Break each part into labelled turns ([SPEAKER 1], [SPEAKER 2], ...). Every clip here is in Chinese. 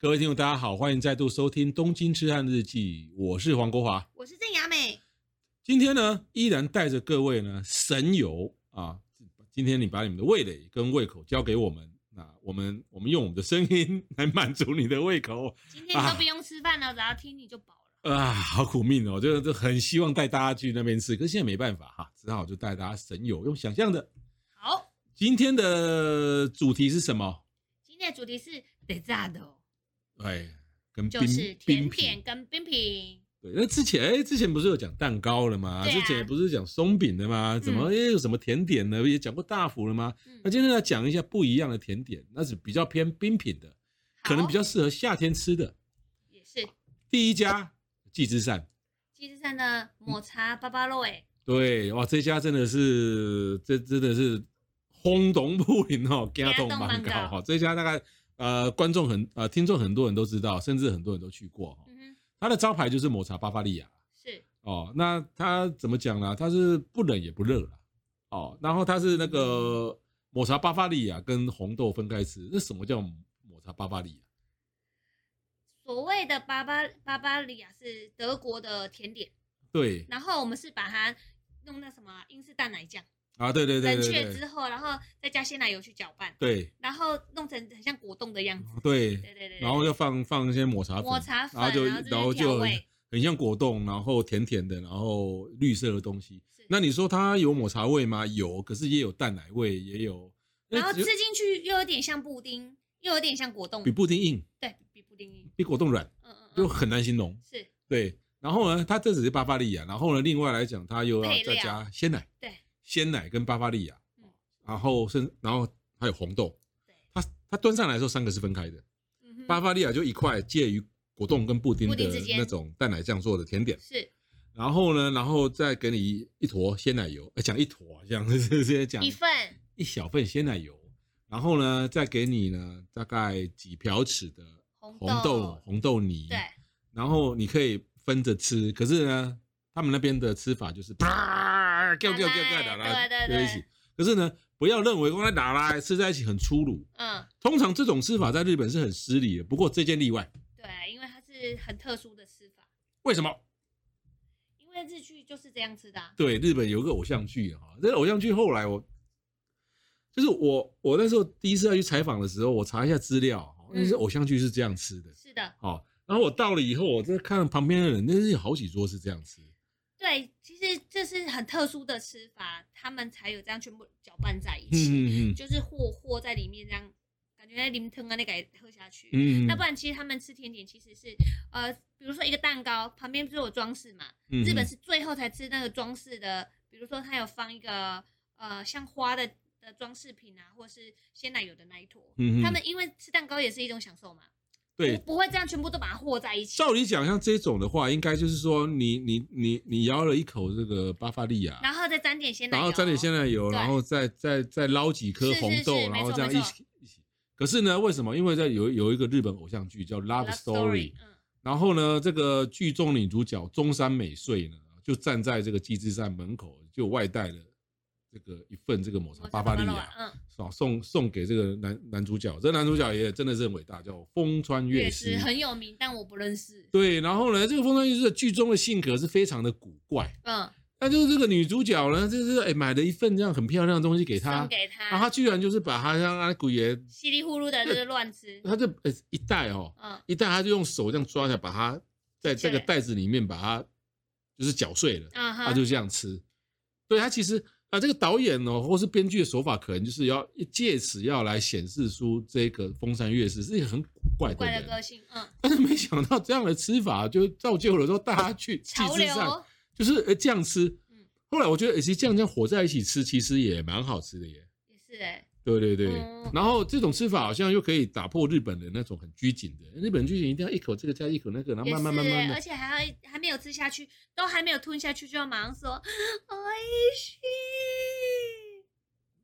[SPEAKER 1] 各位听众，大家好，欢迎再度收听《东京痴汉日记》，我是黄国华。
[SPEAKER 2] 我是郑雅美，
[SPEAKER 1] 今天呢，依然带着各位呢神游啊，今天你把你们的味蕾跟胃口交给我们，那我们我们用我们的声音来满足你的胃口
[SPEAKER 2] 今天你都不用吃饭了，只要听你就饱了。
[SPEAKER 1] 啊，好苦命哦，这这很希望带大家去那边吃，可是现在没办法哈、只好就带大家神游，用想象的。
[SPEAKER 2] 好，
[SPEAKER 1] 今天的主题是什么？
[SPEAKER 2] 今天的主题是 dessert，
[SPEAKER 1] 哎，跟冰
[SPEAKER 2] 哦就是甜
[SPEAKER 1] 冰品
[SPEAKER 2] 点跟冰品。
[SPEAKER 1] 对，那之前哎，之前不是有讲蛋糕了吗？
[SPEAKER 2] 对啊
[SPEAKER 1] 之前不是讲松饼的吗？怎么哎有什么甜点呢？也讲过大福了吗？
[SPEAKER 2] 嗯
[SPEAKER 1] 那今天来讲一下不一样的甜点，那是比较偏冰品的，可能比较适合夏天吃的。
[SPEAKER 2] 好也是。
[SPEAKER 1] 第一家季之善，
[SPEAKER 2] 鸡翅上的
[SPEAKER 1] 嗯
[SPEAKER 2] 抹茶巴巴肉，哎，
[SPEAKER 1] 对，哇，这家真的是，这真的是轰动不林哦，给他动蛮高哈。这家大概呃，观众很呃，听众很多人都知道，甚至很多人都去过哈。
[SPEAKER 2] 嗯哼，
[SPEAKER 1] 它的招牌就是抹茶巴伐利亚。
[SPEAKER 2] 是
[SPEAKER 1] 哦，那它怎么讲呢？它是不冷也不热啦。哦，然后它是那个抹茶巴伐利亚跟红豆分开吃。那什么叫抹茶巴伐利亚？
[SPEAKER 2] 所谓的巴巴巴巴利亚是德国的甜点，
[SPEAKER 1] 对
[SPEAKER 2] 然后我们是把它弄那什么英式蛋奶酱，
[SPEAKER 1] 啊，对对对
[SPEAKER 2] 冷
[SPEAKER 1] 对
[SPEAKER 2] 却
[SPEAKER 1] 对
[SPEAKER 2] 之后，然后再加鲜奶油去搅拌，
[SPEAKER 1] 对
[SPEAKER 2] 然后弄成很像果冻的样子。
[SPEAKER 1] 对，
[SPEAKER 2] 对对对，
[SPEAKER 1] 哦然后就放放一些抹茶粉，
[SPEAKER 2] 抹茶粉，
[SPEAKER 1] 然后就然
[SPEAKER 2] 然后
[SPEAKER 1] 后
[SPEAKER 2] 这是调
[SPEAKER 1] 就
[SPEAKER 2] 味，
[SPEAKER 1] 很像果冻，然后甜甜的，然后绿色的东西。
[SPEAKER 2] 是
[SPEAKER 1] 那你说它有抹茶味吗？有，可是也有蛋奶味，也有，
[SPEAKER 2] 然后
[SPEAKER 1] 那只
[SPEAKER 2] 吃进去又有点像布丁，又有点像果冻
[SPEAKER 1] 比，布丁硬，
[SPEAKER 2] 对比布丁硬，
[SPEAKER 1] 比果冻软，
[SPEAKER 2] 嗯嗯，嗯
[SPEAKER 1] 就很难形容。
[SPEAKER 2] 是
[SPEAKER 1] 对，然后呢，它这只是巴伐利亚，然后呢，另外来讲，它又要
[SPEAKER 2] 配料
[SPEAKER 1] 再加鲜奶，
[SPEAKER 2] 对
[SPEAKER 1] 鲜奶跟巴伐利亚
[SPEAKER 2] 嗯，
[SPEAKER 1] 然后甚然后还有红豆
[SPEAKER 2] 对，
[SPEAKER 1] 它它端上来的时候三个是分开的，
[SPEAKER 2] 嗯哼
[SPEAKER 1] 巴伐利亚就一块介于果冻跟布丁
[SPEAKER 2] 布丁
[SPEAKER 1] 的
[SPEAKER 2] 之间
[SPEAKER 1] 那种蛋奶酱做的甜点，
[SPEAKER 2] 是
[SPEAKER 1] 然后呢，然后再给你一一坨鲜奶油，呃讲一坨啊，这样 直接讲
[SPEAKER 2] 一份，
[SPEAKER 1] 一小份鲜奶油，然后呢，再给你呢大概几瓢匙的
[SPEAKER 2] 红
[SPEAKER 1] 红豆
[SPEAKER 2] 豆
[SPEAKER 1] 红豆泥，
[SPEAKER 2] 对，
[SPEAKER 1] 然后你可以分着吃。可是呢，他们那边的吃法就是啪，掉掉掉掉打啦，
[SPEAKER 2] 对对
[SPEAKER 1] 在
[SPEAKER 2] 对
[SPEAKER 1] 一起。可是呢，不要认为光在打啦吃在一起很粗鲁。
[SPEAKER 2] 嗯，
[SPEAKER 1] 通常这种吃法在日本是很失礼的，不过这件例外。
[SPEAKER 2] 对，啊因为它是很特殊的吃法，
[SPEAKER 1] 为什么？
[SPEAKER 2] 因为日剧就是这样吃的啊，
[SPEAKER 1] 对，日本有一个偶像剧哈，这个偶像剧后来我就是我我那时候第一次要去采访的时候，我查一下资料，那是
[SPEAKER 2] 嗯
[SPEAKER 1] 偶像剧是这样吃的。
[SPEAKER 2] 是的，
[SPEAKER 1] 哦，然后我到了以后，我这看旁边的人，那是有好几桌是这样吃。
[SPEAKER 2] 对，其实这是很特殊的吃法，他们才有这样全部搅拌在一起，
[SPEAKER 1] 嗯嗯嗯
[SPEAKER 2] 就是和和在里面这样，感觉在淋汤啊那个喝下去，
[SPEAKER 1] 嗯，
[SPEAKER 2] 那不然其实他们吃甜点其实是，呃，比如说一个蛋糕旁边不是有装饰嘛，
[SPEAKER 1] 嗯
[SPEAKER 2] 日本
[SPEAKER 1] 嗯
[SPEAKER 2] 是最后才吃那个装饰的，比如说它有放一个呃像花的的装饰品啊，或是鲜奶油的那一坨。
[SPEAKER 1] 嗯嗯
[SPEAKER 2] 他们因为吃蛋糕也是一种享受嘛，
[SPEAKER 1] 对
[SPEAKER 2] 不不会这样全部都把它和在一起，
[SPEAKER 1] 照理讲，像这种的话，应该就是说你，你你你舀了一口这个巴伐利亚，
[SPEAKER 2] 然后再沾点鲜奶油，
[SPEAKER 1] 然后沾点鲜奶油，
[SPEAKER 2] 对
[SPEAKER 1] 然后再再再捞几颗红豆，
[SPEAKER 2] 是是是
[SPEAKER 1] 然后
[SPEAKER 2] 没错
[SPEAKER 1] 这样一起一起。可是呢，为什么？因为在有有一个日本偶像剧叫《Love
[SPEAKER 2] Love
[SPEAKER 1] Story》，
[SPEAKER 2] 嗯，
[SPEAKER 1] 然后呢，这个剧中女主角中山美穗呢，就站在这个机制站门口，就外带了这个一份这个抹茶巴伐利
[SPEAKER 2] 我知道
[SPEAKER 1] 亚
[SPEAKER 2] 了，嗯，
[SPEAKER 1] 送送送给这个男男主角。这男主角也真的是很伟大，叫风川月
[SPEAKER 2] 也
[SPEAKER 1] 司
[SPEAKER 2] 是。很有名，但我不认识，
[SPEAKER 1] 对，然后呢，这个风川玉的剧中的性格是非常的古怪。
[SPEAKER 2] 嗯，
[SPEAKER 1] 那就是这个女主角呢，就是哎买了一份这样很漂亮的东西给她，
[SPEAKER 2] 送给
[SPEAKER 1] 然后她
[SPEAKER 2] 他，
[SPEAKER 1] 居然就是把她让阿古爷，
[SPEAKER 2] 稀里糊涂的就是 乱吃，
[SPEAKER 1] 她就哎一袋哦，
[SPEAKER 2] 嗯，
[SPEAKER 1] 一袋她就用手这样抓起来，把它在这个
[SPEAKER 2] 对
[SPEAKER 1] 袋子里面把它就是搅碎了，
[SPEAKER 2] 啊
[SPEAKER 1] 她
[SPEAKER 2] 哈，
[SPEAKER 1] 就这样吃。对她其实啊，这个导演哦，或是编剧的手法，可能就是要借此要来显示出这个风山月是是一个很古怪的
[SPEAKER 2] 怪
[SPEAKER 1] 人
[SPEAKER 2] 的，个性，嗯，
[SPEAKER 1] 但是没想到这样的吃法就造就了说大家去集
[SPEAKER 2] 潮
[SPEAKER 1] 市上
[SPEAKER 2] 流，
[SPEAKER 1] 就是呃这样吃
[SPEAKER 2] 嗯。
[SPEAKER 1] 后来我觉得，诶其实这样这样和在一起吃，其实也蛮好吃的耶。
[SPEAKER 2] 也是哎、
[SPEAKER 1] 对对对，
[SPEAKER 2] 嗯
[SPEAKER 1] 然后这种吃法好像又可以打破日本的那种很拘谨的，日本拘谨一定要一口这个加一口那个，然后
[SPEAKER 2] 也
[SPEAKER 1] 慢
[SPEAKER 2] 是，
[SPEAKER 1] 慢慢慢
[SPEAKER 2] 而
[SPEAKER 1] 的。
[SPEAKER 2] 且还要还没有吃下去，都还没有吞下去，就要马上说“哎西”，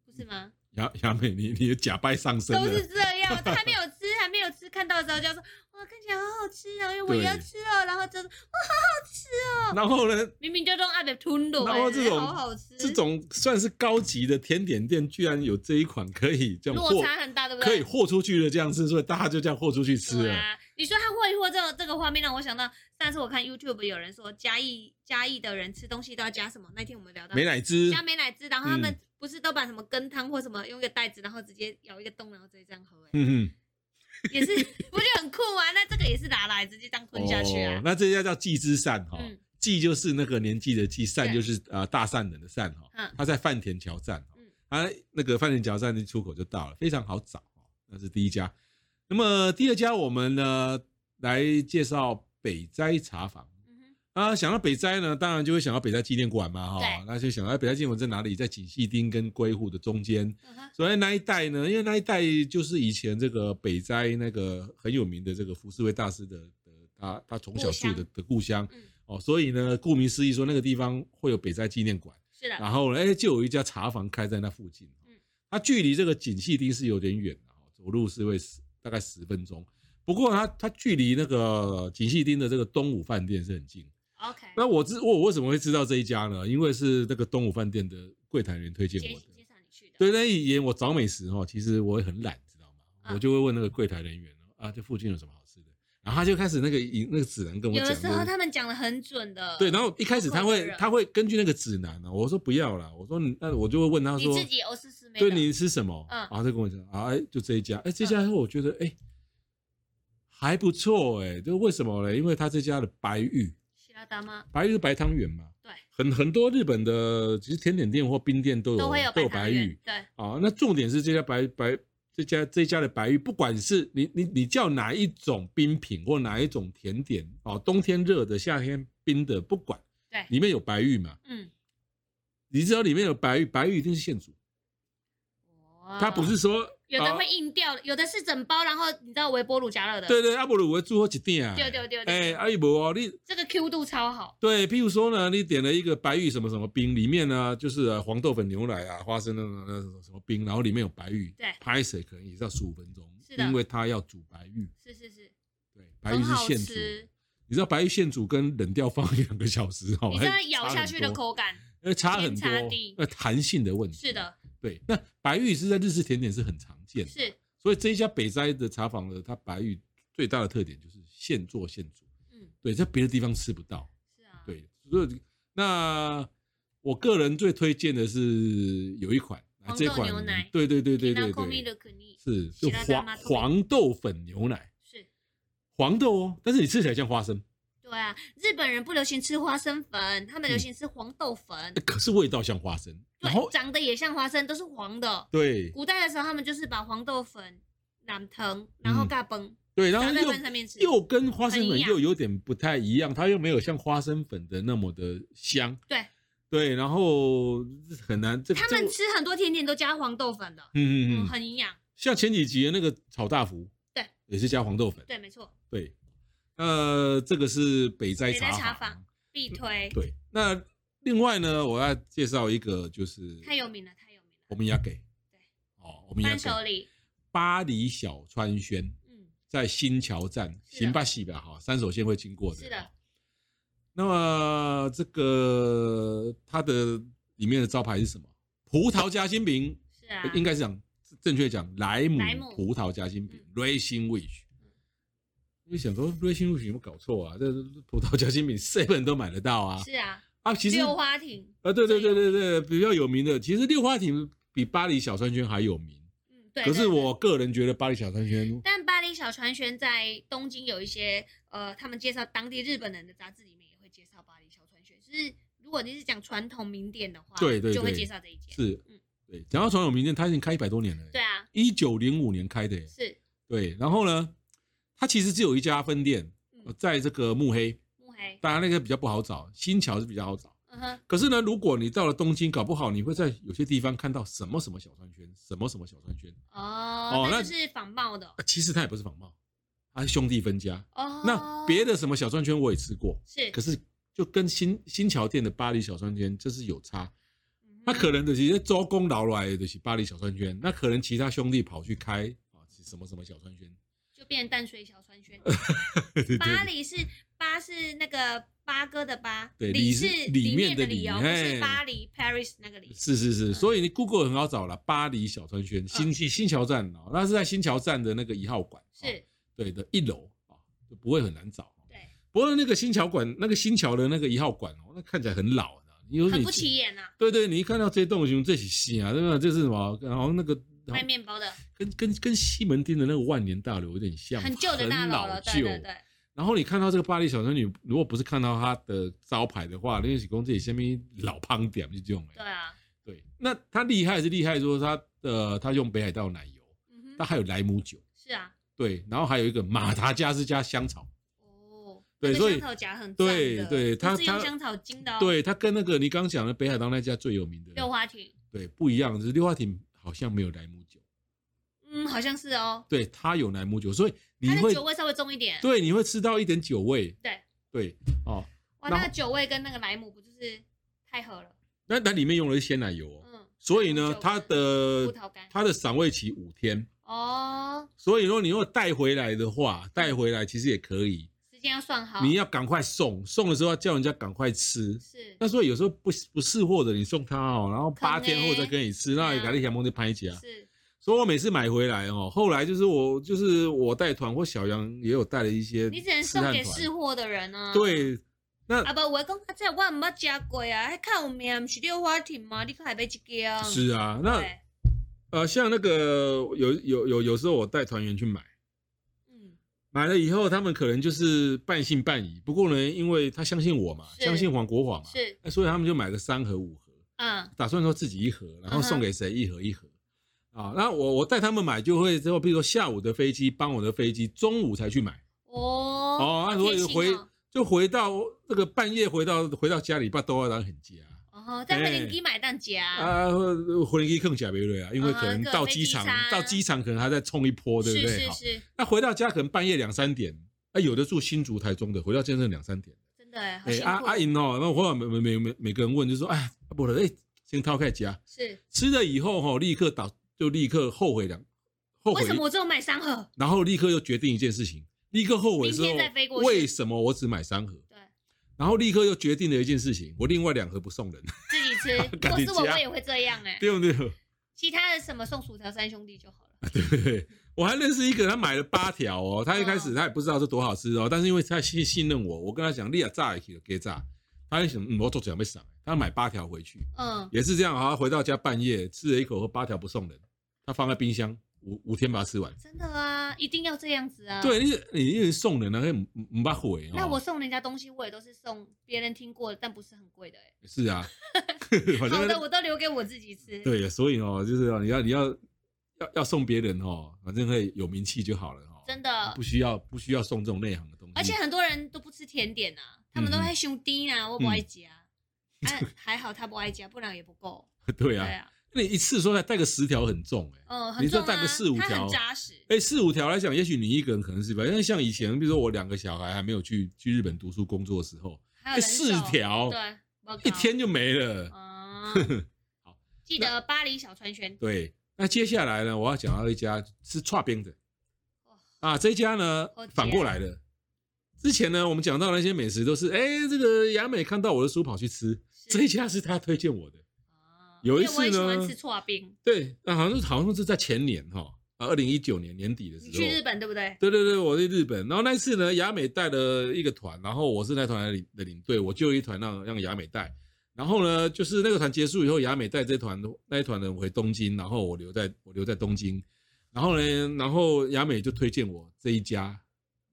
[SPEAKER 2] 不是吗？
[SPEAKER 1] 雅雅美，你嗯你的假掰上身
[SPEAKER 2] 都是
[SPEAKER 1] 了。
[SPEAKER 2] 这样，都 还没有吃，还没有吃，看到的时候就要说“哇，看起来好好吃啊，我也要吃哦”，然后就“哇，好好吃哦
[SPEAKER 1] 然后呢，”，
[SPEAKER 2] 明明就用阿北吞的，
[SPEAKER 1] 然后这种
[SPEAKER 2] 好好吃，
[SPEAKER 1] 这种算是高级的甜点店，居然有这一款可以这样
[SPEAKER 2] 落
[SPEAKER 1] 豁
[SPEAKER 2] 差很大，对不
[SPEAKER 1] 可以
[SPEAKER 2] 对？
[SPEAKER 1] 豁出去的这样吃，所以大家就这样豁出去吃
[SPEAKER 2] 对
[SPEAKER 1] 了。
[SPEAKER 2] 啊，你说他霍一霍这这个画面让我想到上次我看 YouTube 有人说嘉义嘉义的人吃东西都要加什么？那天我们聊到
[SPEAKER 1] 美乃滋，
[SPEAKER 2] 加美乃滋，然后他们
[SPEAKER 1] 嗯
[SPEAKER 2] 不是都把什么羹汤或什么用一个袋子，然后直接咬一个洞，然后直接这样喝、欸，
[SPEAKER 1] 嗯
[SPEAKER 2] 也是 不就很酷吗？那这个也是拿来直接这样
[SPEAKER 1] 哼，
[SPEAKER 2] 吞下去
[SPEAKER 1] 哦
[SPEAKER 2] 啊。
[SPEAKER 1] 那这家叫季之善哈
[SPEAKER 2] 嗯，
[SPEAKER 1] 季就是那个年纪的季，善
[SPEAKER 2] 对
[SPEAKER 1] 就是呃大善人的善哈
[SPEAKER 2] 嗯，
[SPEAKER 1] 他在饭田桥站哈
[SPEAKER 2] 嗯，
[SPEAKER 1] 他那个饭田桥站的出口就到了，非常好找哈，那是第一家。那么第二家我们呢来介绍北斋茶坊。
[SPEAKER 2] 嗯哼
[SPEAKER 1] 啊，想到北斋呢，当然就会想到北斋纪念馆嘛，哈
[SPEAKER 2] 对，
[SPEAKER 1] 那就想到哎北斋纪念馆在哪里？在锦细町跟龟户的中间。
[SPEAKER 2] 嗯哼，
[SPEAKER 1] 所以那一带呢，因为那一带就是以前这个北斋那个很有名的这个浮世绘大师的的他他从小住的的故乡
[SPEAKER 2] 嗯，
[SPEAKER 1] 哦，所以呢，顾名思义说那个地方会有北斋纪念馆，
[SPEAKER 2] 是的，
[SPEAKER 1] 然后呢，哎，就有一家茶房开在那附近哦
[SPEAKER 2] 嗯，
[SPEAKER 1] 它距离这个锦细町是有点远的，哦走路是会十大概十分钟，不过它它距离那个锦细町的这个东武饭店是很近。
[SPEAKER 2] OK，
[SPEAKER 1] 那我知我我为什么会知道这一家呢？因为是那个东武饭店的柜台人推荐
[SPEAKER 2] 介
[SPEAKER 1] 我的。
[SPEAKER 2] 介绍你去的，
[SPEAKER 1] 对，那以前我找美食哦，其实我也很懒，知道吗？
[SPEAKER 2] 嗯
[SPEAKER 1] 我就会问那个柜台人员啊，这附近有什么好吃的？然后他就开始那个引那个指南跟我
[SPEAKER 2] 有
[SPEAKER 1] 讲
[SPEAKER 2] 的时候
[SPEAKER 1] 的。
[SPEAKER 2] 他们讲的很准的。
[SPEAKER 1] 对，然后一开始他
[SPEAKER 2] 口味
[SPEAKER 1] 会
[SPEAKER 2] 了
[SPEAKER 1] 他会根据那个指南呢、我说不要啦，我说你那我就会问他
[SPEAKER 2] 你
[SPEAKER 1] 说，
[SPEAKER 2] 自己欧思思没
[SPEAKER 1] 对
[SPEAKER 2] 的
[SPEAKER 1] 你吃什么？
[SPEAKER 2] 嗯
[SPEAKER 1] 然后他就跟我讲啊，哎，就这一家，哎，这家我觉得哎还不错哎，就为什么嘞？因为他这家的白玉，
[SPEAKER 2] 希拉达吗？
[SPEAKER 1] 白玉是白汤圆嘛，
[SPEAKER 2] 对，
[SPEAKER 1] 很很多日本的其实甜点店或冰店都有
[SPEAKER 2] 都会有白
[SPEAKER 1] 白
[SPEAKER 2] 糖圆
[SPEAKER 1] 玉，
[SPEAKER 2] 对，
[SPEAKER 1] 啊。那重点是这家白白这家这家的白玉，不管是你你你叫哪一种冰品或哪一种甜点啊，冬天热的、夏天冰的，不管，
[SPEAKER 2] 对
[SPEAKER 1] 里面有白玉嘛，
[SPEAKER 2] 嗯，
[SPEAKER 1] 你知道里面有白玉，白玉一定是现煮，
[SPEAKER 2] 哇
[SPEAKER 1] 它不是说
[SPEAKER 2] 有的
[SPEAKER 1] 啊
[SPEAKER 2] 会硬掉，有的是整包，然后你知道微波炉加热的，
[SPEAKER 1] 对对，阿伯鲁我做好几点啊，
[SPEAKER 2] 对对对对
[SPEAKER 1] 哎，阿姨伯哦，你
[SPEAKER 2] 这个 Q 度超好，
[SPEAKER 1] 对，譬如说呢，你点了一个白玉什么什么冰，里面呢就是呃黄豆粉牛奶啊、花生那种那种什么冰，然后里面有白玉，
[SPEAKER 2] 对
[SPEAKER 1] 拍水可能也是要十五分钟，
[SPEAKER 2] 是的
[SPEAKER 1] 因为它要煮白玉，
[SPEAKER 2] 是是是，
[SPEAKER 1] 对，白玉
[SPEAKER 2] 很
[SPEAKER 1] 是
[SPEAKER 2] 好
[SPEAKER 1] 现煮的
[SPEAKER 2] 吃。，
[SPEAKER 1] 你知道白玉现煮跟冷掉放 两个小时哦，
[SPEAKER 2] 你知道咬下去的
[SPEAKER 1] 口，
[SPEAKER 2] 口感，
[SPEAKER 1] 呃，差很
[SPEAKER 2] 天
[SPEAKER 1] 多
[SPEAKER 2] 差地，
[SPEAKER 1] 那弹性的问题。啊
[SPEAKER 2] 是，的，
[SPEAKER 1] 对。那白玉是在日式甜点是很常见的，
[SPEAKER 2] 是，
[SPEAKER 1] 所以这一家北斋的茶坊呢，它白玉最大的特点就是现做现煮，
[SPEAKER 2] 嗯，
[SPEAKER 1] 对，在别的地方吃不到。
[SPEAKER 2] 是啊，，
[SPEAKER 1] 对，所以那我个人最推荐的是有一款，啊
[SPEAKER 2] 黄
[SPEAKER 1] 这
[SPEAKER 2] 豆
[SPEAKER 1] 款
[SPEAKER 2] 牛奶
[SPEAKER 1] 对对对对对
[SPEAKER 2] 口蜜
[SPEAKER 1] 对
[SPEAKER 2] 的，可逆
[SPEAKER 1] 是就
[SPEAKER 2] 白玉
[SPEAKER 1] 黄
[SPEAKER 2] 麻豆
[SPEAKER 1] 黄豆粉牛奶，
[SPEAKER 2] 是，
[SPEAKER 1] 黄豆哦，但是你吃起来像花生，
[SPEAKER 2] 对啊，日本人不流行吃花生粉，他们流行吃黄豆粉
[SPEAKER 1] 呃，可是味道像花生，嗯 然后
[SPEAKER 2] 对，长得也像花生，都是黄的。
[SPEAKER 1] 对
[SPEAKER 2] 古代的时候，他们就是把黄豆粉染藤，然后
[SPEAKER 1] 嗯
[SPEAKER 2] 嘎崩，
[SPEAKER 1] 对，然
[SPEAKER 2] 撒
[SPEAKER 1] 后
[SPEAKER 2] 在饭
[SPEAKER 1] 又
[SPEAKER 2] 上面吃，
[SPEAKER 1] 又跟花生
[SPEAKER 2] 很
[SPEAKER 1] 粉
[SPEAKER 2] 营养
[SPEAKER 1] 又有点不太一样，它又没有像花生粉的那么的香，
[SPEAKER 2] 对
[SPEAKER 1] 对，然后很难这
[SPEAKER 2] 他
[SPEAKER 1] 这
[SPEAKER 2] 们吃很多甜点都加黄豆粉的，
[SPEAKER 1] 嗯
[SPEAKER 2] 嗯，
[SPEAKER 1] 嗯嗯，
[SPEAKER 2] 很营养。
[SPEAKER 1] 像前几集的那个炒大福，
[SPEAKER 2] 对，
[SPEAKER 1] 也是加黄豆粉，
[SPEAKER 2] 对，没错，
[SPEAKER 1] 对，呃，这个是北斋
[SPEAKER 2] 北
[SPEAKER 1] 茶
[SPEAKER 2] 斋茶
[SPEAKER 1] 坊
[SPEAKER 2] 坊。必推，
[SPEAKER 1] 嗯对，那另外呢，我要介绍一个就是
[SPEAKER 2] 太有名了，太有名
[SPEAKER 1] 我
[SPEAKER 2] 了。
[SPEAKER 1] 们要给哦，我们要
[SPEAKER 2] 伴
[SPEAKER 1] 给
[SPEAKER 2] 手礼，
[SPEAKER 1] 巴黎小川轩
[SPEAKER 2] 嗯，
[SPEAKER 1] 在新桥站，
[SPEAKER 2] 是的
[SPEAKER 1] 行吧西吧哈，三手线会经过的。
[SPEAKER 2] 是的
[SPEAKER 1] 哦。那么这个它的里面的招牌是什么？葡萄夹心饼，
[SPEAKER 2] 是啊，
[SPEAKER 1] 应该是讲正确讲莱姆
[SPEAKER 2] 莱姆嗯
[SPEAKER 1] 葡萄夹心饼 （Raisin Wish）。就想说 Raisin Wish 有没有搞错啊？这葡萄夹心饼 seven 都买得到啊！
[SPEAKER 2] 是啊，
[SPEAKER 1] 啊，其实
[SPEAKER 2] 六花亭，
[SPEAKER 1] 啊，对对对对
[SPEAKER 2] 最
[SPEAKER 1] 对，比较有名的，其实六花亭比巴黎小川圈还有名。
[SPEAKER 2] 嗯，对。
[SPEAKER 1] 可是
[SPEAKER 2] 对对
[SPEAKER 1] 我个人觉得巴黎小川圈，
[SPEAKER 2] 但巴黎小船轩在东京有一些呃，他们介绍当地日本人的杂志里面也会介绍巴黎小船轩，就是如果你是讲传统名店的话，
[SPEAKER 1] 对对
[SPEAKER 2] 就会
[SPEAKER 1] 对
[SPEAKER 2] 介绍这一间。
[SPEAKER 1] 是
[SPEAKER 2] 嗯，
[SPEAKER 1] 对，讲到传统名店，它已经开一百多年了，
[SPEAKER 2] 对，啊，
[SPEAKER 1] 一九零五年开的耶，
[SPEAKER 2] 是
[SPEAKER 1] 对。然后呢，它其实只有一家分店，呃
[SPEAKER 2] 嗯
[SPEAKER 1] 在这个慕黑，
[SPEAKER 2] 慕黑，
[SPEAKER 1] 当然那个比较不好找，新桥是比较好找。
[SPEAKER 2] 嗯哼，
[SPEAKER 1] 可是呢，如果你到了东京，搞不好你会在有些地方看到什么什么小川圈，什么什么小川圈，
[SPEAKER 2] 哦，
[SPEAKER 1] 那
[SPEAKER 2] 那就是仿冒的
[SPEAKER 1] 啊其实它也不是仿冒，它是兄弟分家。
[SPEAKER 2] 哦。
[SPEAKER 1] 那别的什么小川圈我也吃过，
[SPEAKER 2] 是，
[SPEAKER 1] 可是就跟新新桥店的巴黎小川圈就是有差。
[SPEAKER 2] 嗯
[SPEAKER 1] 那可能的其实周公老来的是巴黎小川圈，那可能其他兄弟跑去开啊什么什么小川圈。
[SPEAKER 2] 就变成淡水小船轩。
[SPEAKER 1] 对对对
[SPEAKER 2] 巴黎是巴是那个八哥的八，
[SPEAKER 1] 对
[SPEAKER 2] 里
[SPEAKER 1] 里是里
[SPEAKER 2] 里
[SPEAKER 1] 面的
[SPEAKER 2] 的
[SPEAKER 1] 里
[SPEAKER 2] 哦，不
[SPEAKER 1] 嘿
[SPEAKER 2] 是巴黎 Paris 那个里。
[SPEAKER 1] 是是是，所以
[SPEAKER 2] 嗯
[SPEAKER 1] 你 Google 很好找了，巴黎小啊川圈新新桥站哦，那是在新桥站的那个一号馆，哦
[SPEAKER 2] 是
[SPEAKER 1] 对的一楼啊，就不会很难找。啊
[SPEAKER 2] 对，
[SPEAKER 1] 不过那个新桥馆，那个新桥的那个一号馆哦，那看起来很老，你有
[SPEAKER 2] 很
[SPEAKER 1] 你
[SPEAKER 2] 不起眼啊，
[SPEAKER 1] 对对，你一看到这栋熊这起戏啊，对吧？这是什么？然后那个
[SPEAKER 2] 卖面包的，
[SPEAKER 1] 跟跟跟西门町的那个万年大楼有点像，
[SPEAKER 2] 很旧的大楼
[SPEAKER 1] 很老
[SPEAKER 2] 了，
[SPEAKER 1] 旧
[SPEAKER 2] 对对对，
[SPEAKER 1] 然后你看到这个巴黎小仙女，如果不是看到它的招牌的话，那是讲这里下面老胖点就这种
[SPEAKER 2] 对啊，
[SPEAKER 1] 对，那它厉害是厉害，说它呃，它用北海道奶油，
[SPEAKER 2] 嗯
[SPEAKER 1] 它
[SPEAKER 2] 哼，
[SPEAKER 1] 还有莱姆酒，
[SPEAKER 2] 是啊，
[SPEAKER 1] 对，然后还有一个马达加斯加香草，
[SPEAKER 2] 哦，
[SPEAKER 1] 对
[SPEAKER 2] 那个
[SPEAKER 1] 所以
[SPEAKER 2] 香草夹很
[SPEAKER 1] 对
[SPEAKER 2] 赞的
[SPEAKER 1] 对它
[SPEAKER 2] 不是用
[SPEAKER 1] 它
[SPEAKER 2] 香草精的哦，，
[SPEAKER 1] 对，它跟那个你刚讲的北海道那家最有名
[SPEAKER 2] 六
[SPEAKER 1] 的，
[SPEAKER 2] 花亭，
[SPEAKER 1] 对，不一样，是六花亭好像没有莱姆酒，
[SPEAKER 2] 嗯，好像是哦，
[SPEAKER 1] 对，它有莱姆酒，所以你
[SPEAKER 2] 它
[SPEAKER 1] 会
[SPEAKER 2] 的酒味稍微重一点，
[SPEAKER 1] 对你会吃到一点酒味，
[SPEAKER 2] 对
[SPEAKER 1] 对哦，然
[SPEAKER 2] 哇，那
[SPEAKER 1] 后
[SPEAKER 2] 个酒味跟那个莱姆不就是太合了，
[SPEAKER 1] 那那里面用的是鲜奶油哦，
[SPEAKER 2] 嗯，
[SPEAKER 1] 所以呢
[SPEAKER 2] 酒，
[SPEAKER 1] 它
[SPEAKER 2] 葡
[SPEAKER 1] 的
[SPEAKER 2] 萄干，
[SPEAKER 1] 它的赏味期五天，
[SPEAKER 2] 哦，
[SPEAKER 1] 所以说你如果带回来的
[SPEAKER 2] 嗯
[SPEAKER 1] 话，带回来其实也可以。
[SPEAKER 2] 时间要算好，
[SPEAKER 1] 你要赶快送，送的时候要叫人家赶快吃。
[SPEAKER 2] 是
[SPEAKER 1] 那所以有时候不不是货的，你送他哦，然后八
[SPEAKER 2] 坑欸
[SPEAKER 1] 天后再跟你吃，那也赶紧想梦就拍起啊。
[SPEAKER 2] 是，
[SPEAKER 1] 所以我每次买回来哦，后来就是我就是我带团或小杨也有带了一些
[SPEAKER 2] 你只能
[SPEAKER 1] 试
[SPEAKER 2] 送
[SPEAKER 1] 探
[SPEAKER 2] 给
[SPEAKER 1] 团
[SPEAKER 2] 试。货的人啊，。
[SPEAKER 1] 对，
[SPEAKER 2] 啊不，我讲啊，这我毋捌食过啊，迄较有名，毋是六花亭吗？你还买一间？
[SPEAKER 1] 是啊，那
[SPEAKER 2] 对，
[SPEAKER 1] 呃像那个有有有有时候我带团员去买，
[SPEAKER 2] 嗯，
[SPEAKER 1] 买了以后他们可能就是半信半疑，不过呢，因为他相信我嘛，
[SPEAKER 2] 是
[SPEAKER 1] 相信黄国华嘛，
[SPEAKER 2] 是，
[SPEAKER 1] 那哎所以他们就买个三盒五盒。
[SPEAKER 2] 嗯，
[SPEAKER 1] 打算说自己一盒，然后
[SPEAKER 2] 嗯哼
[SPEAKER 1] 送给谁一盒一盒。啊，那我我带他们买就会之后，比如说下午的飞机，傍晚的飞机，中午才去买。
[SPEAKER 2] 哦，
[SPEAKER 1] 哦，那
[SPEAKER 2] 好
[SPEAKER 1] 所
[SPEAKER 2] 贴
[SPEAKER 1] 以
[SPEAKER 2] 心
[SPEAKER 1] 回
[SPEAKER 2] 哦
[SPEAKER 1] 就回到这个半夜回到回到家里，把豆花当很急啊。
[SPEAKER 2] 哦，在
[SPEAKER 1] 哎
[SPEAKER 2] 惠灵机买蛋夹啊，
[SPEAKER 1] 啊，回机更假别瑞啊，因为可能
[SPEAKER 2] 嗯
[SPEAKER 1] 到机场
[SPEAKER 2] 各飞机餐
[SPEAKER 1] 到机场可能还在冲一波，对
[SPEAKER 2] 是
[SPEAKER 1] 不对？
[SPEAKER 2] 是
[SPEAKER 1] 好，
[SPEAKER 2] 是，
[SPEAKER 1] 那回到家可能半夜两三点，啊，有的住新竹、台中的，回到健身两三点。
[SPEAKER 2] 真的哎，好
[SPEAKER 1] 哎，
[SPEAKER 2] 辛
[SPEAKER 1] 阿阿
[SPEAKER 2] 苦，
[SPEAKER 1] 银哦，那我后来每每每每每个人问就说，哎，啊不了，哎，先掏开夹。
[SPEAKER 2] 是
[SPEAKER 1] 吃了以后哈、立刻倒就立刻后悔两后
[SPEAKER 2] 为
[SPEAKER 1] 悔
[SPEAKER 2] 什，么我只有买三盒？
[SPEAKER 1] 然后立刻又决定一件事情，立刻后悔之后
[SPEAKER 2] 明天再飞过，去
[SPEAKER 1] 为什么我只买三盒？
[SPEAKER 2] 对，
[SPEAKER 1] 然后立刻又决定了一件事情，我另外两盒不送人，
[SPEAKER 2] 自己吃。如
[SPEAKER 1] 赶
[SPEAKER 2] 果
[SPEAKER 1] 紧
[SPEAKER 2] 是我，
[SPEAKER 1] 夹
[SPEAKER 2] 我也会这样哎。
[SPEAKER 1] 对不对？
[SPEAKER 2] 其他的什么送薯条三兄弟就好了。
[SPEAKER 1] 对，我还认识一个，他买了八条哦，他一开
[SPEAKER 2] 嗯
[SPEAKER 1] 始他也不知道这多好吃哦，但是因为他信信任我，我跟他讲，你也炸也可以给炸，他就想，嗯，我做准备上，他买八条回去，
[SPEAKER 2] 嗯，
[SPEAKER 1] 也是这样啊，他回到家半夜吃了一口后，八条不送人，他放在冰箱五五天把它吃完。
[SPEAKER 2] 真的啊，一定要这样子啊。。
[SPEAKER 1] 对，你你一直送人啊，那唔唔把悔哦。
[SPEAKER 2] 那我送人家东西，我也都是送别人听过的，但不是很贵的哎。
[SPEAKER 1] 是 啊，反
[SPEAKER 2] 好的，
[SPEAKER 1] 正
[SPEAKER 2] 我都留给我自己吃。
[SPEAKER 1] 对，所以哦，就是哦你要你要要要送别人哦，反正会有名气就好了哦。
[SPEAKER 2] 真的
[SPEAKER 1] 不。需要不需要送这种内行的东西。
[SPEAKER 2] 而且很多人都不吃甜点啊，他
[SPEAKER 1] 嗯
[SPEAKER 2] 们都爱兄弟啊，我不 爱夹。哎，还好他不爱夹，不然也不够。
[SPEAKER 1] 对
[SPEAKER 2] 对
[SPEAKER 1] 啊，
[SPEAKER 2] 啊，
[SPEAKER 1] 那你一次说来带个十条很重哎、
[SPEAKER 2] 嗯，
[SPEAKER 1] 你
[SPEAKER 2] 很
[SPEAKER 1] 这
[SPEAKER 2] 重
[SPEAKER 1] 带
[SPEAKER 2] 啊
[SPEAKER 1] 个四五，
[SPEAKER 2] 它
[SPEAKER 1] 条
[SPEAKER 2] 很扎实。
[SPEAKER 1] 哎，四五条来讲，也许你一个人可能是吧，因为像以前，比如说我两个小孩还没有去去日本读书工作的时候，
[SPEAKER 2] 还有
[SPEAKER 1] 哎，
[SPEAKER 2] 人
[SPEAKER 1] 四
[SPEAKER 2] 手，
[SPEAKER 1] 条
[SPEAKER 2] 对，报
[SPEAKER 1] 一
[SPEAKER 2] 告
[SPEAKER 1] 天就没了。。
[SPEAKER 2] 啊
[SPEAKER 1] 好，
[SPEAKER 2] 记得巴黎小船轩，
[SPEAKER 1] 对，那接下来呢，我要讲到一家吃串冰的
[SPEAKER 2] 哇，
[SPEAKER 1] 啊，这一家呢
[SPEAKER 2] 好哦解
[SPEAKER 1] 反过来了。之前呢，我们讲到那些美食都是，哎，这个雅美看到我的书跑去吃，
[SPEAKER 2] 是
[SPEAKER 1] 这一家是他推荐我的。
[SPEAKER 2] 啊
[SPEAKER 1] 有一
[SPEAKER 2] 因为我
[SPEAKER 1] 次
[SPEAKER 2] 也喜
[SPEAKER 1] 呢
[SPEAKER 2] 欢吃搓冰。
[SPEAKER 1] 对，那好像是好像是在前年哈，啊，二零一九年年底的时
[SPEAKER 2] 你
[SPEAKER 1] 候。
[SPEAKER 2] 去日本对不对？
[SPEAKER 1] 对对对，我去日本，然后那一次呢，雅美带了一个团，然后我是那团的领的领队，我就一团让让雅美带，然后呢，就是那个团结束以后，雅美带这团那一团人回东京，然后我留在我留在东京，然后呢，然后雅美就推荐我这一家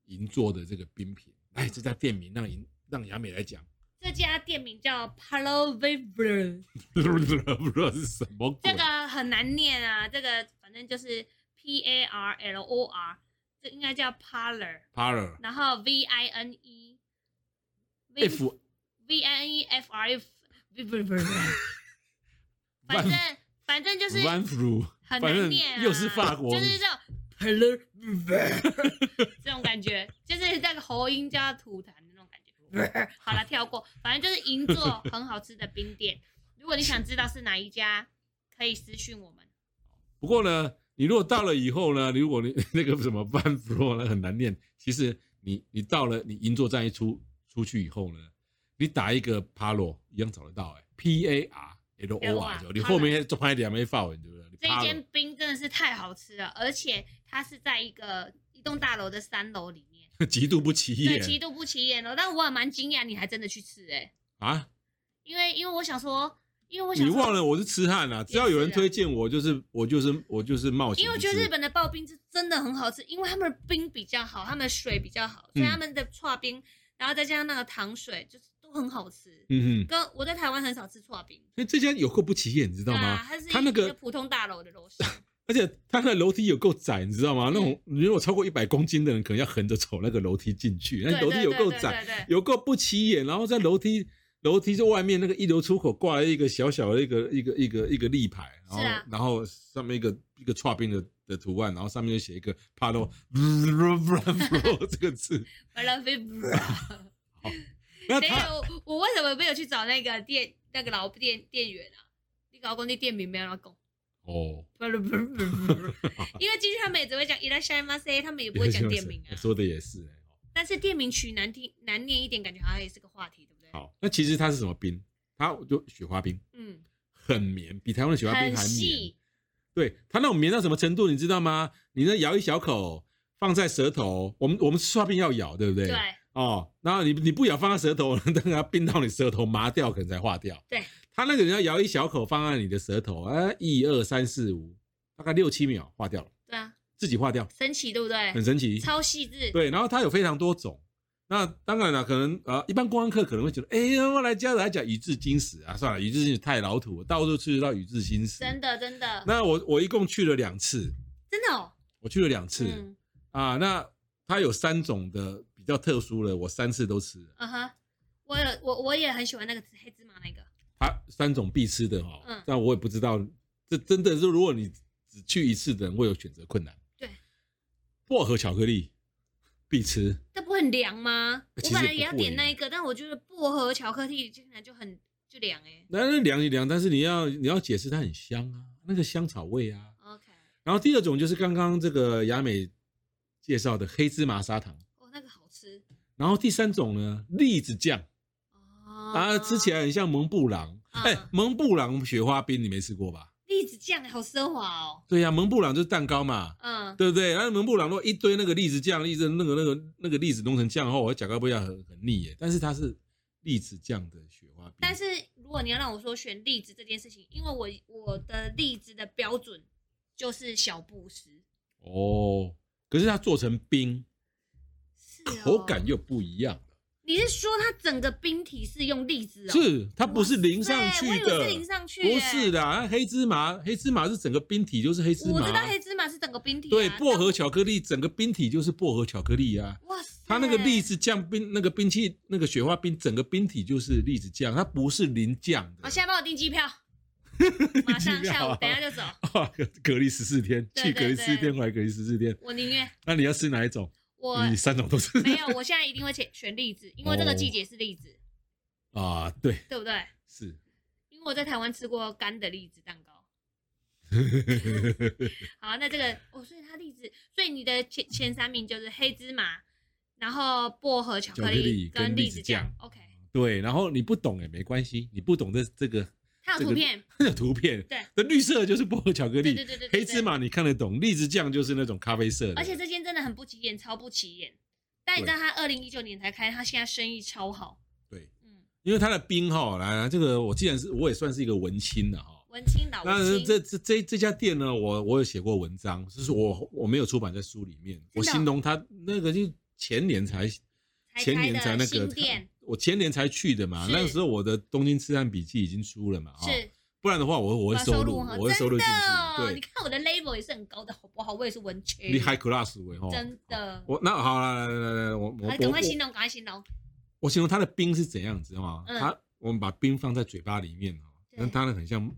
[SPEAKER 1] 银座的这个冰品，哎，这家店名让银让雅美来讲，
[SPEAKER 2] 这家店名叫 Palo Viver，
[SPEAKER 1] 不知道是什么鬼，
[SPEAKER 2] 这个很难念啊，这个反正就是 P A R L O R，这应该叫 Parlor。
[SPEAKER 1] Parler
[SPEAKER 2] 然后 V I N E V-
[SPEAKER 1] F
[SPEAKER 2] V I N E F R F，不不 不不，反正反正就是
[SPEAKER 1] Van Fru，反
[SPEAKER 2] 很难
[SPEAKER 1] 正
[SPEAKER 2] 念啊，
[SPEAKER 1] 又是法国
[SPEAKER 2] 就是这种这种感觉，就是那个喉音加吐痰的那种感觉。 好了，跳过，反正就是银 座很好吃的冰店。如果你想知道是哪一家，可以私讯我们。
[SPEAKER 1] 不过呢，你如果到了以后呢，如 果你那个什么 Van f l o 呢很难念，其实你你到了你银座站一出出去以后呢，你打一个 Paro 一样找得到哎、p A R L O R，
[SPEAKER 2] Paro
[SPEAKER 1] 你后面做拍点没发文对不对？你
[SPEAKER 2] 这一
[SPEAKER 1] Paro
[SPEAKER 2] 间冰真的是太好吃了，而且它是在一个一栋大楼的三楼里 面，
[SPEAKER 1] 极度不起
[SPEAKER 2] 对，极
[SPEAKER 1] 眼
[SPEAKER 2] 度不起眼哦。但我也蛮惊讶，你还真的去吃哎、
[SPEAKER 1] 啊！
[SPEAKER 2] 因为因为我想说，因为我想
[SPEAKER 1] 你
[SPEAKER 2] 说
[SPEAKER 1] 忘了我是痴汉啊，只要有人推荐我，就是我就是我哦就是冒险。
[SPEAKER 2] 因为我觉得日本的刨冰是真的很好吃，因为他们的冰比较好，他们的水比较好，所以
[SPEAKER 1] 嗯
[SPEAKER 2] 他们的刨冰，然后再加上那个糖水，就是都很好吃。
[SPEAKER 1] 嗯哼，
[SPEAKER 2] 跟我在台湾很少吃刨冰，
[SPEAKER 1] 所以这家有够不起眼，你知道吗？
[SPEAKER 2] 啊它是
[SPEAKER 1] 它
[SPEAKER 2] 一
[SPEAKER 1] 那
[SPEAKER 2] 个
[SPEAKER 1] 个
[SPEAKER 2] 普通大楼的 楼上，
[SPEAKER 1] 而且它那楼梯有够窄，你知道吗？那种
[SPEAKER 2] 嗯
[SPEAKER 1] 如果超过一百公斤的人，可能要横着走那个楼梯进去，
[SPEAKER 2] 对
[SPEAKER 1] 那楼梯有够窄，，
[SPEAKER 2] 对对对对对
[SPEAKER 1] 有够不起眼。然后在楼梯楼梯这外面那个一流出口挂了一个小小的一个一个一个一个立牌，然后、
[SPEAKER 2] 是啊
[SPEAKER 1] 然后上面一个一个串冰的的图案，然后上面就写一个 p a d o
[SPEAKER 2] 嗯
[SPEAKER 1] 这个字。
[SPEAKER 2] I love it。
[SPEAKER 1] 那
[SPEAKER 2] 没
[SPEAKER 1] 他
[SPEAKER 2] 有，我为什么没有去找那个店那个老店店员啊？你搞工地店名没 有讲。
[SPEAKER 1] 哦，
[SPEAKER 2] 不不不不不，因为进去他们也只会讲伊拉山马塞，他们也不会讲店名 啊。
[SPEAKER 1] 说的也是、哎
[SPEAKER 2] 但是店名取难听难念一点，感觉好像也是个话题，对不对？
[SPEAKER 1] 好，那其实它是什么冰？它就雪花冰，
[SPEAKER 2] 嗯，
[SPEAKER 1] 很绵，比台湾的雪花冰
[SPEAKER 2] 很
[SPEAKER 1] 还绵。
[SPEAKER 2] 细，
[SPEAKER 1] 对，它那种绵到什么程度，你知道吗？你那咬一小口，放在舌头，我们我们吃刨冰要咬，对不对？
[SPEAKER 2] 对，
[SPEAKER 1] 哦，然后你你不咬放在舌头， 等它冰到你舌头麻掉，可能才化掉。
[SPEAKER 2] 对，
[SPEAKER 1] 它那个人要咬一小口放在你的舌头，啊，一二三四五，大概六七秒化掉了，
[SPEAKER 2] 对啊，
[SPEAKER 1] 自己化掉，
[SPEAKER 2] 神奇，对不对？
[SPEAKER 1] 很神奇。
[SPEAKER 2] 超细致，
[SPEAKER 1] 对，然后它有非常多种。那当然了，可能呃，一般观光客可能会觉得，哎、我来家来讲宇治金石啊，算了，宇治金石太老土了，到处吃得到宇治金石。
[SPEAKER 2] 真的真的
[SPEAKER 1] 那我我一共去了两次，
[SPEAKER 2] 真的哦，
[SPEAKER 1] 我去了两次、
[SPEAKER 2] 嗯
[SPEAKER 1] 啊。那它有三种的比较特殊的，我三次都吃了，
[SPEAKER 2] 嗯哼，我有我我也很喜欢那个黑芝麻那个，
[SPEAKER 1] 它三种必吃的哦。
[SPEAKER 2] 嗯
[SPEAKER 1] 但我也不知道，这真的是如果你只去一次的人会有选择困难。
[SPEAKER 2] 对，
[SPEAKER 1] 薄荷巧克力必吃，
[SPEAKER 2] 这不很凉吗？
[SPEAKER 1] 欸
[SPEAKER 2] 我
[SPEAKER 1] 其实
[SPEAKER 2] 本来
[SPEAKER 1] 也
[SPEAKER 2] 也要
[SPEAKER 1] 不
[SPEAKER 2] 点
[SPEAKER 1] 贵
[SPEAKER 2] 那一个，但我觉得薄荷巧克力竟然就很就凉哎。
[SPEAKER 1] 那那凉一凉，但是你要你要解释它很香啊，那个香草味啊。
[SPEAKER 2] OK，
[SPEAKER 1] 然后第二种就是刚刚这个雅美介绍的黑芝麻砂糖，
[SPEAKER 2] 哦，那个好吃
[SPEAKER 1] 然后第三种呢栗子酱
[SPEAKER 2] 哦
[SPEAKER 1] 啊，吃起来很像蒙布朗。
[SPEAKER 2] 嗯
[SPEAKER 1] 哎，蒙布朗雪花冰你没吃过吧？
[SPEAKER 2] 栗子酱好奢华哦，
[SPEAKER 1] 对呀、蒙布朗就是蛋糕嘛，
[SPEAKER 2] 嗯，
[SPEAKER 1] 对不对？然后蒙布朗如果一堆那个栗子酱、栗子那个那个那个栗子弄成酱后，我讲到不要很很腻耶。但是它是栗子酱的雪花冰，
[SPEAKER 2] 但是如果你要让我说选栗子这件事情，因为我我的栗子的标准就是小布什，
[SPEAKER 1] 哦，可是它做成冰，
[SPEAKER 2] 是哦
[SPEAKER 1] 口感又不一样。
[SPEAKER 2] 你是说它整个冰体是用栗子哦？
[SPEAKER 1] 是它不是淋上
[SPEAKER 2] 对，我
[SPEAKER 1] 去
[SPEAKER 2] 以为
[SPEAKER 1] 的，
[SPEAKER 2] 是淋上去欸耶，
[SPEAKER 1] 不是的，啊黑芝麻，黑芝麻是整个冰体就是黑芝麻，
[SPEAKER 2] 我知道黑芝麻是整个冰体、啊，
[SPEAKER 1] 对，薄荷
[SPEAKER 2] 但
[SPEAKER 1] 巧克力整个冰体就是薄荷巧克力啊。
[SPEAKER 2] 我，哇塞，
[SPEAKER 1] 它那个栗，子酱冰，那个冰器，那个雪花冰，整个冰体就是栗子酱，它不是淋酱的。
[SPEAKER 2] 好，现在帮我订 机票，马上
[SPEAKER 1] 机票
[SPEAKER 2] 下午
[SPEAKER 1] 啊
[SPEAKER 2] 等一下就走，
[SPEAKER 1] 隔离十四天，
[SPEAKER 2] 对
[SPEAKER 1] 去隔离
[SPEAKER 2] 对
[SPEAKER 1] 十四
[SPEAKER 2] 对
[SPEAKER 1] 天，回来隔离十四天。
[SPEAKER 2] 我宁愿
[SPEAKER 1] 那你要吃哪一种？
[SPEAKER 2] 我
[SPEAKER 1] 你三种都吃
[SPEAKER 2] 没有，我现在一定会选选栗子，因为这个季节是栗子，
[SPEAKER 1] 啊？对，
[SPEAKER 2] 对不对？
[SPEAKER 1] 是。
[SPEAKER 2] 因为我在台湾吃过干的栗子蛋 糕。好，那这个哦，所以它栗子，所以你的前前三名就是黑芝麻，然后薄荷巧克
[SPEAKER 1] 巧克力
[SPEAKER 2] 跟
[SPEAKER 1] 跟
[SPEAKER 2] 栗
[SPEAKER 1] 栗子
[SPEAKER 2] 酱
[SPEAKER 1] 酱。
[SPEAKER 2] OK，
[SPEAKER 1] 对，然后你不懂也没关系，你不懂这这个
[SPEAKER 2] 它有
[SPEAKER 1] 这
[SPEAKER 2] 图
[SPEAKER 1] 个
[SPEAKER 2] 片，
[SPEAKER 1] 它有图片，
[SPEAKER 2] 对，
[SPEAKER 1] 那绿色的就是薄荷巧克
[SPEAKER 2] 对
[SPEAKER 1] 力，
[SPEAKER 2] 对对对，对
[SPEAKER 1] 黑芝，麻你看得懂，栗子酱就是那种咖啡色的，
[SPEAKER 2] 对而且这间真的很不起眼，超不起眼。但你知道它二零一九年才开，它现在生意超好。
[SPEAKER 1] 对，
[SPEAKER 2] 嗯，
[SPEAKER 1] 因为它的冰哈，来来，这个我既然是我也算是一个文青了哈。
[SPEAKER 2] 文青老
[SPEAKER 1] 当
[SPEAKER 2] 啊文
[SPEAKER 1] 然，
[SPEAKER 2] 青，
[SPEAKER 1] 这这这这家店呢，我我有写过文章，就是我我没有出版在书里面，
[SPEAKER 2] 哦
[SPEAKER 1] 我形容它那个就前年才
[SPEAKER 2] 才
[SPEAKER 1] 前年
[SPEAKER 2] 开
[SPEAKER 1] 才
[SPEAKER 2] 的
[SPEAKER 1] 那
[SPEAKER 2] 新
[SPEAKER 1] 个
[SPEAKER 2] 店，
[SPEAKER 1] 我前年才去的嘛，
[SPEAKER 2] 是
[SPEAKER 1] 那个时候我的《东京痴汉笔记》已经出了嘛，哈，
[SPEAKER 2] 是
[SPEAKER 1] 不然的话我我会
[SPEAKER 2] 把
[SPEAKER 1] 收
[SPEAKER 2] 入
[SPEAKER 1] 录，
[SPEAKER 2] 哈
[SPEAKER 1] 我会收录进
[SPEAKER 2] 哦真的哦，
[SPEAKER 1] 去，
[SPEAKER 2] 你
[SPEAKER 1] 对，
[SPEAKER 2] 看我的 label 也是很高的，好不好？我也是文青，
[SPEAKER 1] 你 high class 为哈，
[SPEAKER 2] 真的。
[SPEAKER 1] 我那好来来来来，我我
[SPEAKER 2] 好，赶快
[SPEAKER 1] 我
[SPEAKER 2] 形容，赶快形容。
[SPEAKER 1] 我形容它的冰是怎样，你知道吗？
[SPEAKER 2] 嗯
[SPEAKER 1] 它我们把冰放在嘴巴里面哦，
[SPEAKER 2] 对
[SPEAKER 1] 那它呢很像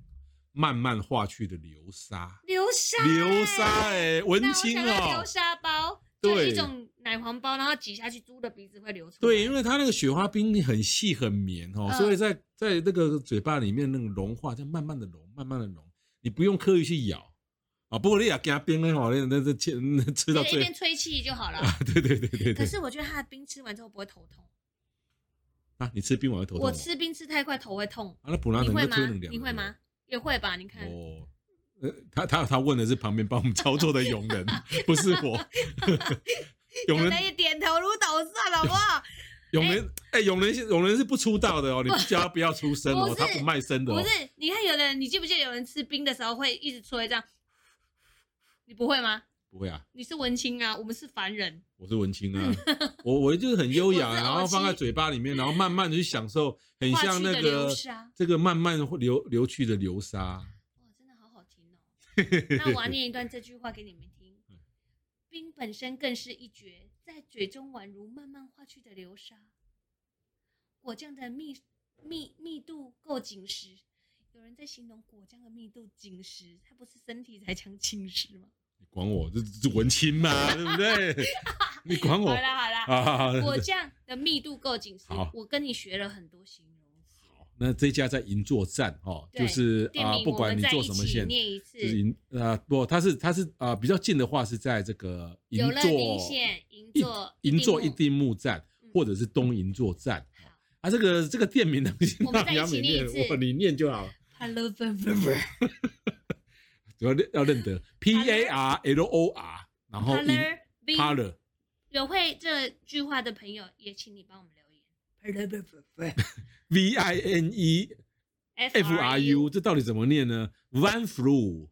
[SPEAKER 1] 慢慢化去的流沙，
[SPEAKER 2] 流沙，
[SPEAKER 1] 流沙哎、文
[SPEAKER 2] 那我
[SPEAKER 1] 青
[SPEAKER 2] 想到
[SPEAKER 1] 哦
[SPEAKER 2] 流。沙包，
[SPEAKER 1] 对
[SPEAKER 2] 就是一种奶黄包，然后挤下去，猪的鼻子会流出来。
[SPEAKER 1] 对，因为它那个雪花冰很细很绵哦，
[SPEAKER 2] 嗯
[SPEAKER 1] 所以在在那个嘴巴里面那个融化，就慢慢的融，慢慢的融，你不用刻意去咬啊。不过你也给它冰的话，那那那切那吃到
[SPEAKER 2] 对一
[SPEAKER 1] 最
[SPEAKER 2] 边吹气就好了。
[SPEAKER 1] 啊， 对对对对
[SPEAKER 2] 可
[SPEAKER 1] 对
[SPEAKER 2] 是我觉得它的冰吃完之后不会头痛，
[SPEAKER 1] 啊，你吃冰我会头痛哦。
[SPEAKER 2] 我吃冰吃太快头会痛。
[SPEAKER 1] 啊，那普拉
[SPEAKER 2] 你
[SPEAKER 1] 能
[SPEAKER 2] 会
[SPEAKER 1] 就
[SPEAKER 2] 吗
[SPEAKER 1] 推能？量，
[SPEAKER 2] 你会吗？？也会吧？你看，
[SPEAKER 1] 哦，呃，他他他问的 是旁边帮我们操作的佣人，不是我。佣
[SPEAKER 2] 有
[SPEAKER 1] 人
[SPEAKER 2] 的也点头如好 不好？
[SPEAKER 1] 永仁，哎、永仁是永仁是不出道的哦，你不叫他不要出声哦，
[SPEAKER 2] 不
[SPEAKER 1] 他
[SPEAKER 2] 是
[SPEAKER 1] 不卖身的
[SPEAKER 2] 不
[SPEAKER 1] 哦。
[SPEAKER 2] 是，你看有的人，你记不记得有人吃冰的时候会一直吹这样？你不会吗？
[SPEAKER 1] 不会啊，
[SPEAKER 2] 你是文青啊，我们是凡人。
[SPEAKER 1] 我是文青啊， 我我就是很优雅，
[SPEAKER 2] 嗯我是
[SPEAKER 1] 然后
[SPEAKER 2] 欧七
[SPEAKER 1] 放在嘴巴里面，然后慢慢的去享受，很
[SPEAKER 2] 跨
[SPEAKER 1] 像
[SPEAKER 2] 区
[SPEAKER 1] 那
[SPEAKER 2] 的流
[SPEAKER 1] 个
[SPEAKER 2] 沙
[SPEAKER 1] 这个慢慢流流去的流沙。
[SPEAKER 2] 哇，真的好好听哦。那我要念一段这句话给你们听
[SPEAKER 1] 嗯。
[SPEAKER 2] 冰本身更是一绝，在嘴中宛如慢慢化去的流沙。果酱的密密密度够紧实，有人在形容果酱的密度紧实，它不是身体才讲紧实吗？
[SPEAKER 1] 你管我，这这文青嘛，对不对？ 你管
[SPEAKER 2] 好
[SPEAKER 1] 我
[SPEAKER 2] 啦好啦，
[SPEAKER 1] 啊？
[SPEAKER 2] 果酱的密度够紧实
[SPEAKER 1] 好，
[SPEAKER 2] 我跟你学了很多形容词。
[SPEAKER 1] 那这家在银座站哦，
[SPEAKER 2] 对
[SPEAKER 1] 就是
[SPEAKER 2] 店
[SPEAKER 1] 啊，
[SPEAKER 2] 名
[SPEAKER 1] 不
[SPEAKER 2] 我
[SPEAKER 1] 管
[SPEAKER 2] 们
[SPEAKER 1] 你
[SPEAKER 2] 再
[SPEAKER 1] 坐
[SPEAKER 2] 一
[SPEAKER 1] 什么
[SPEAKER 2] 起
[SPEAKER 1] 线，
[SPEAKER 2] 念一次
[SPEAKER 1] 就。是银啊，不，它是它是啊，比较近的话是在这个银
[SPEAKER 2] 有乐
[SPEAKER 1] 座
[SPEAKER 2] 民线银
[SPEAKER 1] 一
[SPEAKER 2] 座
[SPEAKER 1] 银座一
[SPEAKER 2] 定
[SPEAKER 1] 丁目站，
[SPEAKER 2] 嗯
[SPEAKER 1] 或者是东银座站
[SPEAKER 2] 好。
[SPEAKER 1] 啊，这个这个店名呢，
[SPEAKER 2] 我们再一
[SPEAKER 1] 杨
[SPEAKER 2] 起
[SPEAKER 1] 美
[SPEAKER 2] 念一
[SPEAKER 1] 念，
[SPEAKER 2] 次
[SPEAKER 1] 我你念就好了，
[SPEAKER 2] Hello Vancouver。
[SPEAKER 1] 主要要认得 P A R L O R，然后
[SPEAKER 2] Color B。
[SPEAKER 1] Color
[SPEAKER 2] 有会这句话的朋友，也请你帮我们留言。
[SPEAKER 1] V I N E F R U，这到底怎么念呢？Van flu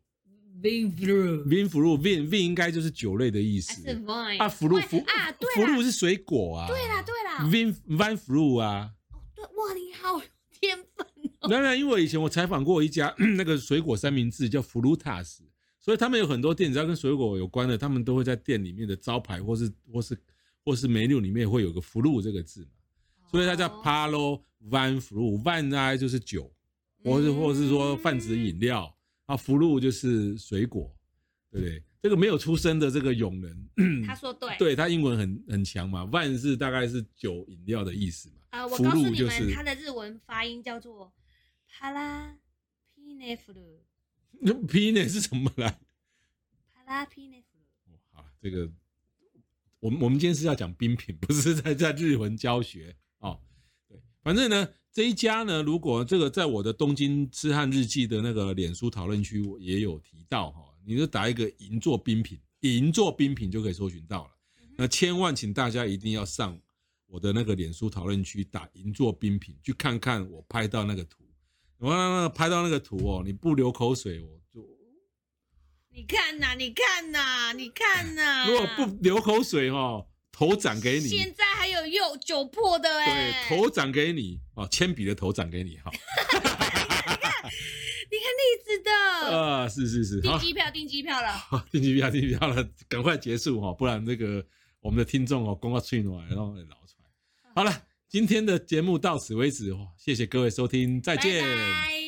[SPEAKER 3] Been through.
[SPEAKER 1] Vin flu Vin Vin 应该就是酒类的意
[SPEAKER 2] 还
[SPEAKER 1] 思
[SPEAKER 2] 是 vine
[SPEAKER 1] 啊，福禄
[SPEAKER 2] 喂
[SPEAKER 1] 福
[SPEAKER 2] 啊，对
[SPEAKER 1] 福
[SPEAKER 2] 啦
[SPEAKER 1] 禄是水果啊，
[SPEAKER 2] 对啦，对啦，
[SPEAKER 1] Vin Van flu 啊。
[SPEAKER 2] 哦对，哇，你好有天分，
[SPEAKER 1] 当然，因为我以前我采访过一家 那个水果三明治叫 Frutas，所以他们有很多店，只要跟水果有关的，他们都会在店里面的招牌或是或是或是 menu 里面会有个 fru 这个字嘛，所以它叫
[SPEAKER 2] 哦
[SPEAKER 1] Palo Van Fru，Van 大概就是酒，
[SPEAKER 2] 嗯
[SPEAKER 1] 或是或是说泛指饮料，啊，fru 就是水果，对不对？这个没有出生的这个永人，
[SPEAKER 2] 他说对，
[SPEAKER 1] 对他英文很很强嘛，Van 是大概是酒饮料的意思嘛，
[SPEAKER 2] 呃，我
[SPEAKER 1] 福
[SPEAKER 2] 告诉
[SPEAKER 1] 禄
[SPEAKER 2] 你
[SPEAKER 1] 就是
[SPEAKER 2] 们，它的日文发音叫做帕拉皮内弗鲁，
[SPEAKER 1] 那 p i 是什么来？
[SPEAKER 2] 帕拉皮内弗鲁。
[SPEAKER 1] 哦好，这个我们我们今天是要讲冰品，不是在在日文教学哦。对，反正呢这一家呢，如果这个在我的东京痴汉日记的那个脸书讨论区，我也有提到哈、你就打一个银座冰品，银座冰品就可以搜寻到了。那千万请大家一定要上我的那个脸书讨论区打银座冰品，去看看我拍到那个图。我那个拍到那个图哦，你不流口水，我就
[SPEAKER 2] 你看呐，你看呐，你看呐，
[SPEAKER 1] 如果不流口水哦，头长给你，
[SPEAKER 2] 现在还有有酒粕的
[SPEAKER 1] 对
[SPEAKER 2] 哎，，
[SPEAKER 1] 头长给你哦，铅笔的头长给你哈。
[SPEAKER 2] 你看栗子的，
[SPEAKER 1] 啊，是是是，
[SPEAKER 2] 订
[SPEAKER 1] 好，
[SPEAKER 2] 机票，订机票了。
[SPEAKER 1] 好订机票，订机票了，赶快结束哈，不然这个我们的听众哦，光要吹暖，然后会老
[SPEAKER 2] 嗯
[SPEAKER 1] 出来。好了，今天的节目到此为止哦，谢谢各位收听，再见。
[SPEAKER 2] 拜拜